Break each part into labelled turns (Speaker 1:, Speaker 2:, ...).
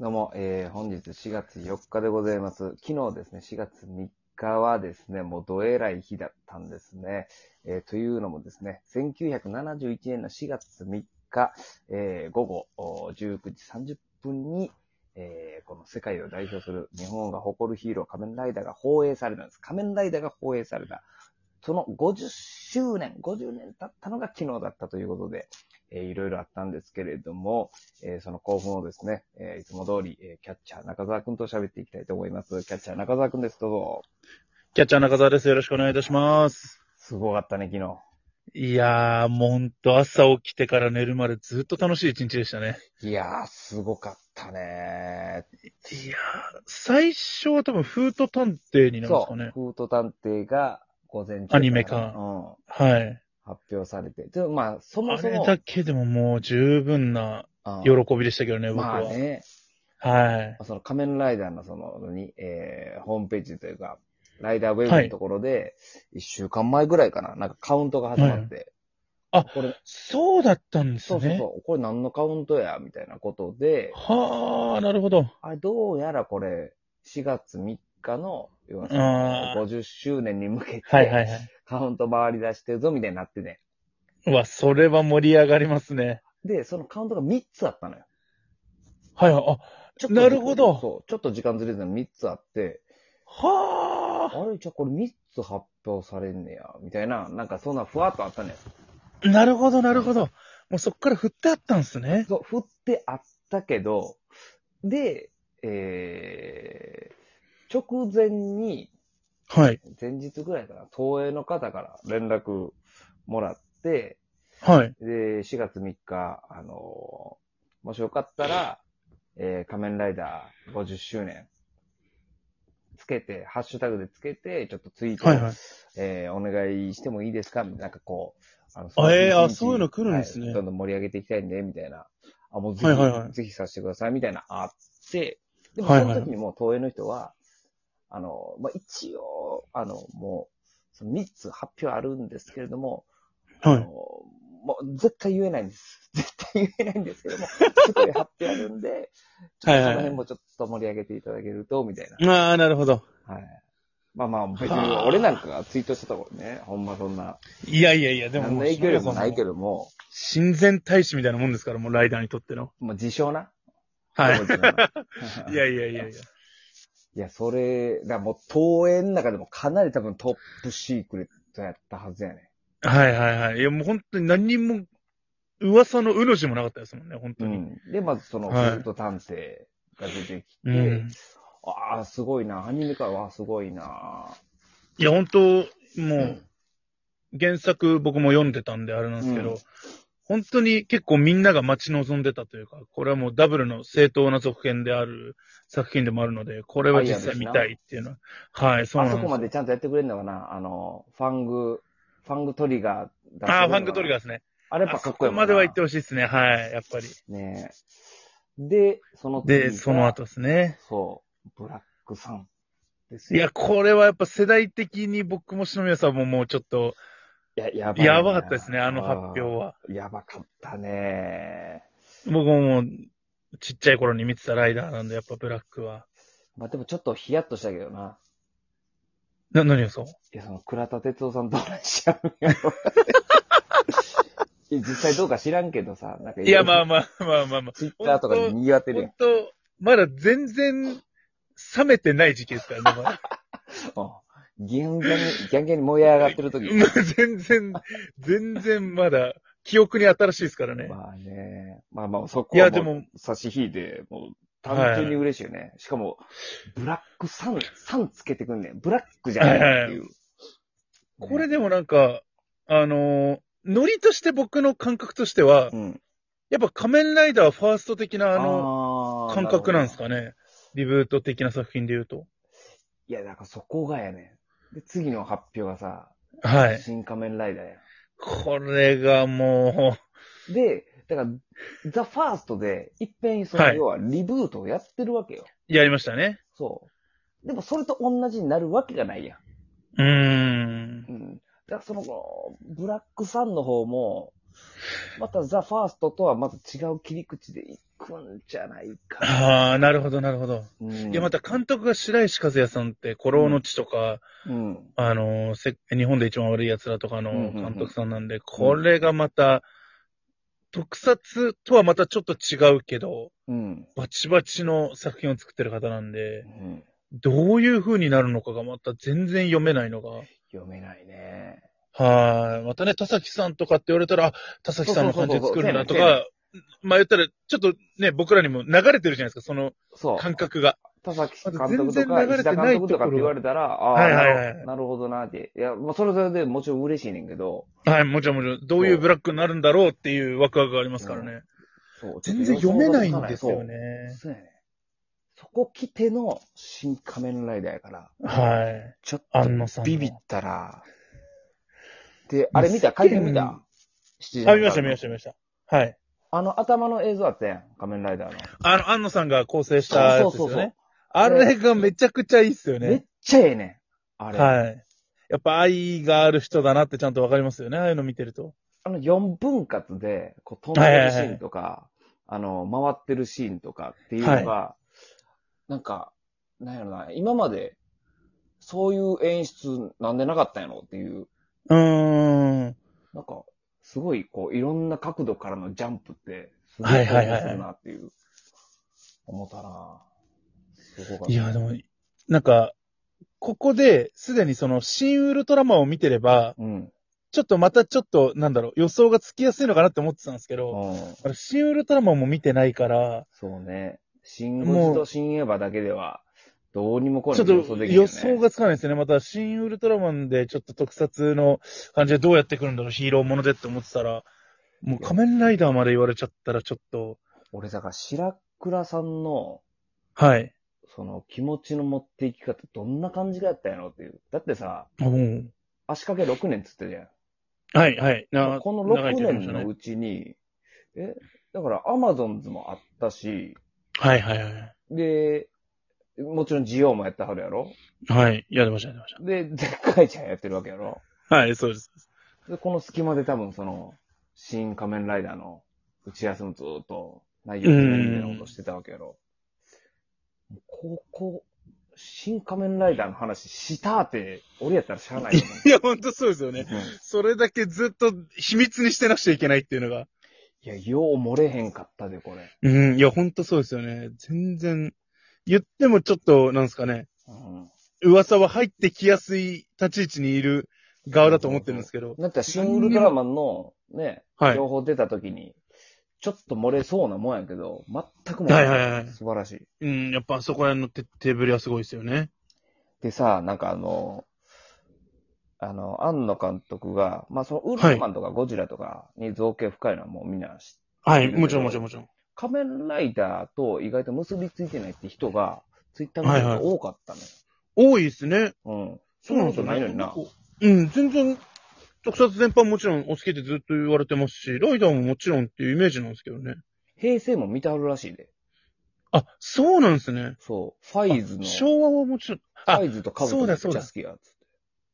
Speaker 1: どうも、えー、本日4月4日でございます。昨日ですね、4月3日はですね、もうどえらい日だったんですね。えー、というのもですね、1971年の4月3日、えー、午後お19時30分に、えー、この世界を代表する日本が誇るヒーロー仮面ライダーが放映されたんです。仮面ライダーが放映された。その50周年、50年経ったのが昨日だったということで、えーいろいろあったんですけれども、えーその興奮をですね、えーいつも通り、えーキャッチャー中澤くんと喋っていきたいと思います。キャッチャー中澤くんです。どうぞ。
Speaker 2: キャッチャー中澤です。よろしくお願いいたします。
Speaker 1: すごかったね、昨日。
Speaker 2: いやー、もうほんと朝起きてから寝るまでずっと楽しい一日でしたね。
Speaker 1: いやー、すごかったね
Speaker 2: いやー、最初は多分フート探偵になるんです
Speaker 1: そ
Speaker 2: か
Speaker 1: う、
Speaker 2: ね。
Speaker 1: フート探偵が午前中
Speaker 2: アニメ化
Speaker 1: うん。
Speaker 2: はい。
Speaker 1: 発表されて。でもまあ、そも
Speaker 2: あ
Speaker 1: そ
Speaker 2: れ
Speaker 1: も、
Speaker 2: だけでももう十分な
Speaker 1: うん
Speaker 2: 喜びでしたけどね、僕
Speaker 1: まあ
Speaker 2: は。
Speaker 1: ね、
Speaker 2: はい。
Speaker 1: その仮面ライダーのその、何えーホームページというか、ライダーウェブのところで、一週間前ぐらいかな、なんかカウントが始まって。
Speaker 2: はいあ
Speaker 1: これ、
Speaker 2: そうだったんです
Speaker 1: そ
Speaker 2: ね。
Speaker 1: うそうそう、これ何のカウントや、みたいなことで、
Speaker 2: はー、なるほど。
Speaker 1: あれ、どうやらこれ、4月3日の、要はそ
Speaker 2: あー
Speaker 1: の50周年に向け
Speaker 2: はいは
Speaker 1: て、
Speaker 2: いはい。
Speaker 1: カウント回り出してるぞ、みたいになってね。
Speaker 2: うわ、それは盛り上がりますね。
Speaker 1: で、そのカウントが3つあったのよ。
Speaker 2: はいはい。あ、
Speaker 1: ちょっと
Speaker 2: なるほど
Speaker 1: そう、ちょっと時間ずれて3つあって、
Speaker 2: は
Speaker 1: あれ、じゃあこれ3つ発表されんねや、みたいな、なんかそんなふわっとあったのよ。
Speaker 2: ー、なるほどなるほど。もうそっから振ってあったんですね。
Speaker 1: そう、振ってあったけど、で、えー、直前に、
Speaker 2: はい。
Speaker 1: 前日ぐらいかな、東映の方から連絡もらって、
Speaker 2: はい。
Speaker 1: で、4月3日、あのーもしよかったら、えー仮面ライダー50周年、つけて、ハッシュタグでつけて、ちょっとツイート、
Speaker 2: はいはい。
Speaker 1: えーお願いしてもいいですかみたいな、なんかこう、あの
Speaker 2: あえー
Speaker 1: 日
Speaker 2: あ
Speaker 1: 々
Speaker 2: そういうの来るんですね
Speaker 1: はいどんどん盛り上げていきたいんで、みたいな。あ、もうぜひ、
Speaker 2: はいはいはい
Speaker 1: ぜひさせてください、みたいな、あって、でも
Speaker 2: はい
Speaker 1: そ
Speaker 2: はい
Speaker 1: の時にもう東映の人は、あの、まあ、一応、あの、もう、その3つ発表あるんですけれども、あ
Speaker 2: は
Speaker 1: の
Speaker 2: い。
Speaker 1: もう絶対言えないんです。 絶対言えないんですけども、すごい発表あるんで、
Speaker 2: はいは
Speaker 1: その
Speaker 2: い
Speaker 1: 辺もちょっと盛り上げていただけると、みたいな。
Speaker 2: ああ、なるほど。
Speaker 1: はい。まあまあ、別に
Speaker 2: はあ
Speaker 1: 俺なんかがツイートしたところね、ほんまそんな、
Speaker 2: いやいやいや、でも
Speaker 1: 何
Speaker 2: も
Speaker 1: の
Speaker 2: う、
Speaker 1: 影響力もないけども、
Speaker 2: 親善大使みたいなもんですから、もうライダーにとっての。
Speaker 1: もう自称な。
Speaker 2: はい。
Speaker 1: 自称な
Speaker 2: いやいやいやいや。
Speaker 1: いや、それ、だもう、東映の中でもかなり多分トップシークレットやったはずやね。
Speaker 2: はいはいはい。いやもう本当に何にも、噂のうの字もなかったですもんね、本当
Speaker 1: う
Speaker 2: に。
Speaker 1: ん。で、まずその、フ
Speaker 2: はい
Speaker 1: ート探偵が出てきて、
Speaker 2: うん
Speaker 1: ああ、すごいな。アニメ化はすごいな。
Speaker 2: いや本当、も
Speaker 1: ん
Speaker 2: う、原作僕も読んでたんであれなんですけ
Speaker 1: うん
Speaker 2: ど、本当に結構みんなが待ち望んでたというか、これはもうダブルの正当な続編である作品でもあるので、これは実際見たいっていうのは。はい、そう
Speaker 1: あ
Speaker 2: なん
Speaker 1: そ
Speaker 2: です
Speaker 1: こま
Speaker 2: よ
Speaker 1: でちゃんとやってくれるのかなあの、ファング、ファングトリガーだ
Speaker 2: ああ、ファンクトリガー
Speaker 1: ー。
Speaker 2: ですね。
Speaker 1: あれやっぱかっこいいも
Speaker 2: あそこ
Speaker 1: んな
Speaker 2: までは行ってほしいですね。はい、やっぱり。
Speaker 1: ねえで、その次
Speaker 2: で、
Speaker 1: が
Speaker 2: その後。ですね。
Speaker 1: そう。ブラックさんです
Speaker 2: い
Speaker 1: よ
Speaker 2: や、これはやっぱ世代的に僕も篠宮さんももうちょっと、
Speaker 1: いや、やばいな
Speaker 2: やばかったですね、あの発表。は。
Speaker 1: やばかったね。
Speaker 2: 僕ももう、ちっちゃい頃に見てたライダーなんで、やっぱブラックは。
Speaker 1: まあ、でもちょっとヒヤッとしたけどな。
Speaker 2: な、何をそう
Speaker 1: いや、その倉田哲夫さんどうなんしちゃ うんやろ。いや実際どうか知らんけどさ、なんか
Speaker 2: いや、まあ
Speaker 1: あ。
Speaker 2: まあまあまあま あ。
Speaker 1: ツイッターとかで賑わってるやん
Speaker 2: 本。当まだ全然、冷めてない時期ですからね、まだ。
Speaker 1: うんギャンギャンに、ギャンギャンに燃え上がってる時。
Speaker 2: まあ全然、全然まだ、記憶に新しいですからね。
Speaker 1: まあね。まあまあ、そこ
Speaker 2: いや、
Speaker 1: は
Speaker 2: で
Speaker 1: もう
Speaker 2: も、
Speaker 1: 差し引いて、もう単純に嬉しいよね。しかも、ブラック3、3つけてくんねん。ブラックじゃないっていう。
Speaker 2: これ
Speaker 1: で、
Speaker 2: でもなんか、あのーノリとして僕の感覚としては
Speaker 1: う、ん。
Speaker 2: やっぱ仮面ライダーファースト的なあの
Speaker 1: の
Speaker 2: 感覚なんで
Speaker 1: ね
Speaker 2: すかね。リブート的な作品で言うと。
Speaker 1: いや、だからそこがやねん。で、次の発表がさ、
Speaker 2: はい。
Speaker 1: 新仮面ライダーや
Speaker 2: これがも
Speaker 1: ん。で、だから、ザ・ファーストで、一遍その、
Speaker 2: はい
Speaker 1: 要はリブートをやってるわけよ。
Speaker 2: う、やりましたね。
Speaker 1: そう。でも、それと同じになるわけがないや
Speaker 2: うーん
Speaker 1: ん。う。ん。だから、その、ブラックさんの方も、またザ・ファーストとはまず違う切り口でいくんじゃないかな。
Speaker 2: ああ、なるほど、なるほど。
Speaker 1: うん
Speaker 2: いや、また監督が白石和也さんって、古老の地とか、
Speaker 1: うん。
Speaker 2: あの、せ日本で一番悪い奴らとか
Speaker 1: うん
Speaker 2: の
Speaker 1: うんうん
Speaker 2: 監督さんなんで、これがまた、特撮とはまたちょっと違うけど、
Speaker 1: うん。
Speaker 2: バチバチの作品を作ってる方なん
Speaker 1: う
Speaker 2: で、
Speaker 1: ん。
Speaker 2: どういう風になるのかがまた全然読めないのが。
Speaker 1: 読めないね。
Speaker 2: はい。またね、田崎さんとかって言われたら、あ田崎さんの感じで作るなと
Speaker 1: そうそうそう
Speaker 2: か、まあ言ったら、ちょっとね、僕らにも流れてるじゃないですか、その
Speaker 1: そう。
Speaker 2: 感覚が。
Speaker 1: 田崎監
Speaker 2: まだ
Speaker 1: 督
Speaker 2: 全
Speaker 1: とか、
Speaker 2: 然流
Speaker 1: 石
Speaker 2: れ
Speaker 1: 田
Speaker 2: てない
Speaker 1: 監
Speaker 2: ところが
Speaker 1: 督とかって言われたら、ああ、
Speaker 2: はいはいはい
Speaker 1: なるなるほどなって。いや、まあ、それぞれでもちろん嬉しいねんけど、
Speaker 2: はい、もちろんもちろん、どういうブラックになるんだろうっていうワクワクがありますからね。
Speaker 1: そう
Speaker 2: 全然読めないんですよね。。
Speaker 1: そうやね。そこ来ての新仮面ライダーやから、
Speaker 2: はい。
Speaker 1: ちょっ
Speaker 2: 安野さ
Speaker 1: と
Speaker 2: んの
Speaker 1: ビビったら、で、あれ見た会見見た ?7 時
Speaker 2: あ、見ました、見ました、見ま
Speaker 1: し
Speaker 2: した。はい。
Speaker 1: た。あの頭の映像あったやん、仮面ライダーの。
Speaker 2: あの、安野さんが構成したやつですよね。あれがめちゃくちゃいいっすよ
Speaker 1: めっ
Speaker 2: ね。
Speaker 1: ちゃええねん。あれ。
Speaker 2: はい。やっぱ愛がある人だなってちゃんとわかりますよね、ああいうの見てると。
Speaker 1: あの4分割で、こう飛んでるシーンとか、あの、回ってるシーンとかっていうのが、なんか、なんやろな、今まで、そういう演出なんでなかったんやろっていう、
Speaker 2: うーん。
Speaker 1: なんか、すごい、こう、いろんな角度からのジャンプって、すごい
Speaker 2: はい
Speaker 1: 興
Speaker 2: はい
Speaker 1: 奮
Speaker 2: はい
Speaker 1: するなっていう、思ったなすごかった。
Speaker 2: いや、でも、なんか、ここで、すでにその、新ウルトラマンを見てれば、
Speaker 1: うん。
Speaker 2: ちょっとまたちょっと、なんだろう、予想がつきやすいのかなって思ってたんですけど、
Speaker 1: うん。
Speaker 2: あれ新ウルトラマンも見てないから、
Speaker 1: そうね。新ゴジと新エヴァだけでは、どうにもこう
Speaker 2: ちょ
Speaker 1: に
Speaker 2: っ
Speaker 1: も予
Speaker 2: と
Speaker 1: 想できない、ね。
Speaker 2: 予想がつかないですね。また、新ウルトラマンでちょっと特撮の感じでどうやってくるんだろう、ヒーローものでって思ってたら、もう仮面ライダーまで言われちゃったらちょっと、
Speaker 1: 俺、だから、白倉さんの、
Speaker 2: はい。
Speaker 1: その気持ちの持っていき方、どんな感じがやったんやろっていう。だってさ、
Speaker 2: うん
Speaker 1: 足掛け6年っつってる
Speaker 2: はい、はい。
Speaker 1: じ
Speaker 2: な
Speaker 1: ゃん。この
Speaker 2: 長いって
Speaker 1: 6
Speaker 2: 言
Speaker 1: 年
Speaker 2: ってましたね
Speaker 1: のうちに、え、だからアマゾンズもあったし、
Speaker 2: はい、はい、はい。
Speaker 1: で、もちろんジオもやったはるやろ
Speaker 2: はい、やってました、やってまし
Speaker 1: で、でっかいちゃんやってるわけやろ
Speaker 2: た。はい、そうです。
Speaker 1: で、この隙間で多分その、新仮面ライダーの打ち合わせもずーっと内容決めるみたいなことしてたわけやろ。ここ、新仮面ライダーの話したって、俺やったらしゃあないよね。
Speaker 2: いや、ほんとそうですよね。
Speaker 1: うん
Speaker 2: それだけずっと秘密にしてなくちゃいけないっていうのが。
Speaker 1: いや、よう漏れへんかったで、これ。
Speaker 2: うん、いや、ほんとそうですよね。全然、言ってもちょっと、なんですかね、
Speaker 1: うん。
Speaker 2: 噂は入ってきやすい立ち位置にいる側だと思ってるんですけど。
Speaker 1: だって、シン・ウルトラマンのね、
Speaker 2: はい
Speaker 1: 情報出た時に、ちょっと漏れそうなもんやけど、全く漏れ
Speaker 2: はいはいはい
Speaker 1: 素晴らしい。
Speaker 2: うん、やっぱあそこら辺の手手ぶりはすごいですよね。
Speaker 1: でさ、なんかあの、あの、庵野監督が、まあ、その、ウルトラマンとかゴジラとかに造形深いのはもうみんな知って、
Speaker 2: はい
Speaker 1: もちろんもちろん
Speaker 2: もちろん。
Speaker 1: 仮面ライダーと意外と結びついてないって人が、ツイッターの人が多かったのよ。
Speaker 2: 多いですね。
Speaker 1: うん。そんなことないのにな。
Speaker 2: うん、全然、特撮全般もちろんお好きでずっと言われてますし、ライダーももちろんっていうイメージなんですけどね。
Speaker 1: 平成も見てはるらしいで。
Speaker 2: あ、そうなんですね。
Speaker 1: そう。ファイズの。
Speaker 2: 昭和はもちろん、あ
Speaker 1: サイズとカブトめっちゃ好きや。つっ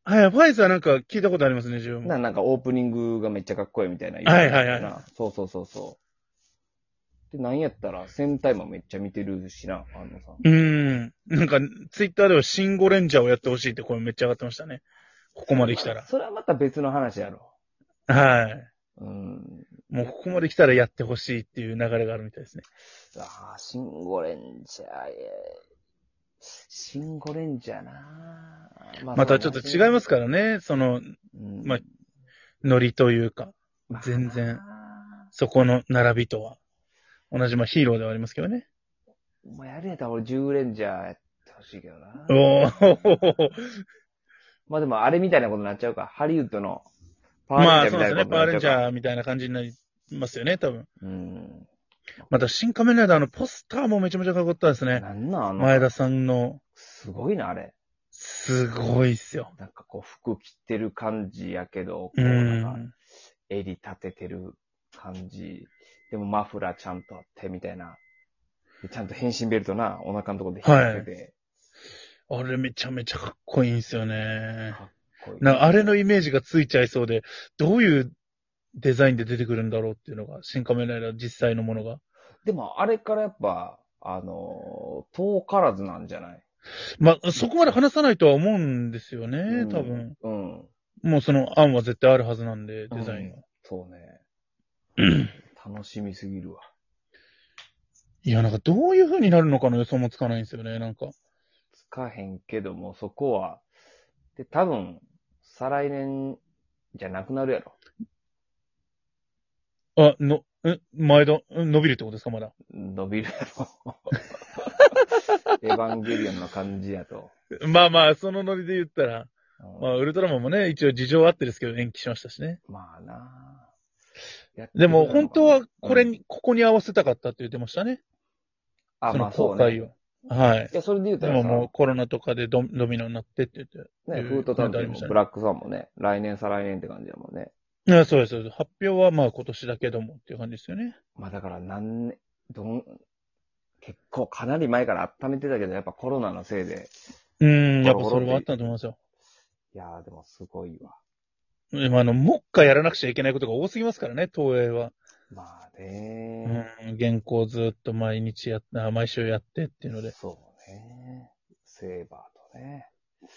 Speaker 2: はい、ファイズはなんか聞いたことありますね、自分
Speaker 1: て
Speaker 2: も。
Speaker 1: な、なんかオープニングがめっちゃかっこいいみたいな。
Speaker 2: はいはいはい
Speaker 1: なそうそうそうそう。で、なんやったら戦隊もめっちゃ見てるしな、安野さん。
Speaker 2: うーん。なんか、ツイッターではシンゴレンジャーをやってほしいって声めっちゃ上がってましたね。ここまで来たら。
Speaker 1: それはまた別の話やろ。
Speaker 2: はい。
Speaker 1: うん。
Speaker 2: もうここまで来たらやってほしいっていう流れがあるみたいですね。
Speaker 1: ああ、シンゴレンジャー、えーシンゴレンジャーなま
Speaker 2: またちょっと違いますからね。その、
Speaker 1: うん
Speaker 2: まあノリというか、
Speaker 1: まあ
Speaker 2: 全然そこの並びとは。同じ、まあヒーローではありますけどね。
Speaker 1: お前やるやったら俺10レンジャーやってほしいけどな。
Speaker 2: おー。
Speaker 1: まあでもあれみたいなことになっちゃうか。ハリウッドのパ
Speaker 2: ま
Speaker 1: ワ
Speaker 2: あ
Speaker 1: ーレンジ
Speaker 2: そ
Speaker 1: ャーみたい
Speaker 2: うです
Speaker 1: な
Speaker 2: ね。
Speaker 1: こと
Speaker 2: パー
Speaker 1: に
Speaker 2: レ
Speaker 1: なっ
Speaker 2: ン
Speaker 1: ち
Speaker 2: ジ
Speaker 1: ゃうか。
Speaker 2: ャーみたいな感じになりますよね、多分。
Speaker 1: うん。
Speaker 2: また、新仮面ライダーのポスターもめちゃめちゃかっこよかったですね。
Speaker 1: なんなんあの、
Speaker 2: 前田さんの、
Speaker 1: すごいな、あれ。
Speaker 2: すごいっすよ。
Speaker 1: なんかこう、服着てる感じやけど、こ
Speaker 2: う
Speaker 1: う、なん
Speaker 2: ー
Speaker 1: か、
Speaker 2: ん。
Speaker 1: 襟立ててる感じ。でもマフラーちゃんとあって、みたいな。でちゃんと変身ベルトな、お腹のところで引っ掛けて。
Speaker 2: あれめちゃめちゃかっこいいんすよね。
Speaker 1: かっこいい
Speaker 2: なあれのイメージがついちゃいそうで、どういうデザインで出てくるんだろうっていうのが、新仮面ライダー実際のものが。
Speaker 1: でも、あれからやっぱ、あのー遠からずなんじゃない
Speaker 2: まあ、そこまで話さないとは思うんですよね、
Speaker 1: うん
Speaker 2: 多分。
Speaker 1: うん。
Speaker 2: もうその案は絶対あるはずなんで、デザインは。
Speaker 1: うんそうね。 楽しみすぎるわ。
Speaker 2: いや、なんかどういう風になるのかの予想もつかないんですよね、なんか。
Speaker 1: つかへんけども、そこは。で、多分、再来年じゃなくなるやろ。
Speaker 2: あ、の、え、前だ、ん伸びるってことですか、まだ。
Speaker 1: 伸びるや ろ。エヴァンゲリオンの感じやと。
Speaker 2: まあまあ、そのノリで言ったら、
Speaker 1: うん
Speaker 2: まあ、ウルトラマンもね、一応事情あってですけど、延期しましたしね。
Speaker 1: まあなやって
Speaker 2: で
Speaker 1: くれるの
Speaker 2: も、
Speaker 1: かな
Speaker 2: 本当は、これ
Speaker 1: うん
Speaker 2: に、ここに合わせたかったって言ってましたね。
Speaker 1: あ、
Speaker 2: そ
Speaker 1: ま
Speaker 2: の
Speaker 1: あそ
Speaker 2: 公
Speaker 1: う
Speaker 2: 開
Speaker 1: ね。
Speaker 2: を。はい
Speaker 1: い。や、それで言うた
Speaker 2: で
Speaker 1: ら
Speaker 2: も
Speaker 1: さ、
Speaker 2: もうコロナとかでドドミノになってって言って。
Speaker 1: ね、フードタンクもブラックさんもね、来年再来年って感じやもんね。
Speaker 2: あそうです、そうです。発表はまあ今年だけどもっていう感じですよね。
Speaker 1: まあだから何年、どん、結構かなり前から温めてたけど、やっぱコロナのせいで。
Speaker 2: うん、やっぱそれはあったと思いますよ。
Speaker 1: いやーでもすごいわ。
Speaker 2: でもあの、もっかやらなくちゃいけないことが多すぎますからね、東映は。
Speaker 1: まあ
Speaker 2: う
Speaker 1: ね
Speaker 2: ん、原稿ずっと毎日やっあ毎週やってっていうので。
Speaker 1: そうね。セーバーとね。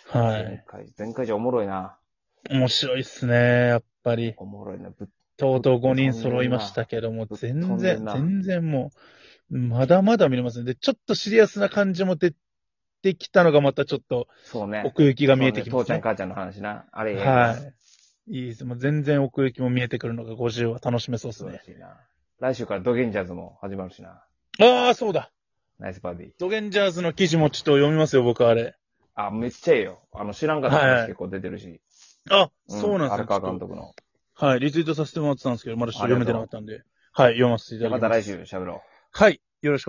Speaker 2: は
Speaker 1: 前
Speaker 2: い。
Speaker 1: 回、前回じゃおもろいな。
Speaker 2: 面白いっすね、やっぱり。
Speaker 1: おもろいな。ぶっ
Speaker 2: とうとう5人揃いましたけども、
Speaker 1: ぶっ飛んでん
Speaker 2: 全
Speaker 1: な
Speaker 2: 然、全然もう、まだまだ見れますね。で、ちょっとシリアスな感じも出てきたのがまたちょっと
Speaker 1: そうね。
Speaker 2: 奥行きが見えてきま
Speaker 1: そうね父
Speaker 2: す
Speaker 1: ちゃん
Speaker 2: ね。
Speaker 1: 母ちゃんの話な。あれええな
Speaker 2: はい。いいです。もう全然奥行きも見えてくるのが50は楽しめそうです
Speaker 1: 素晴ら
Speaker 2: ね。
Speaker 1: しいな。来週からドゲンジャーズも始まるしな。
Speaker 2: ああ、そうだ。
Speaker 1: ナイスバディ。
Speaker 2: ドゲンジャーズの記事もちょっと読みますよ、僕あれ。
Speaker 1: あ、めっちゃええよ。あの、知らんかった
Speaker 2: はいは
Speaker 1: 話
Speaker 2: い
Speaker 1: 結構出てるし。
Speaker 2: あ、そうなんです
Speaker 1: 荒
Speaker 2: よ。
Speaker 1: 川
Speaker 2: ちょ
Speaker 1: 監
Speaker 2: っと
Speaker 1: 督の。
Speaker 2: はい、リツイートさせてもらってたんですけど、まだちょっと読めてなかったんで。はい、読ませてい
Speaker 1: じゃ
Speaker 2: た
Speaker 1: あ
Speaker 2: だ
Speaker 1: ま
Speaker 2: き
Speaker 1: た
Speaker 2: ま
Speaker 1: 来
Speaker 2: す。
Speaker 1: 週喋ろう。
Speaker 2: はい、よろしく。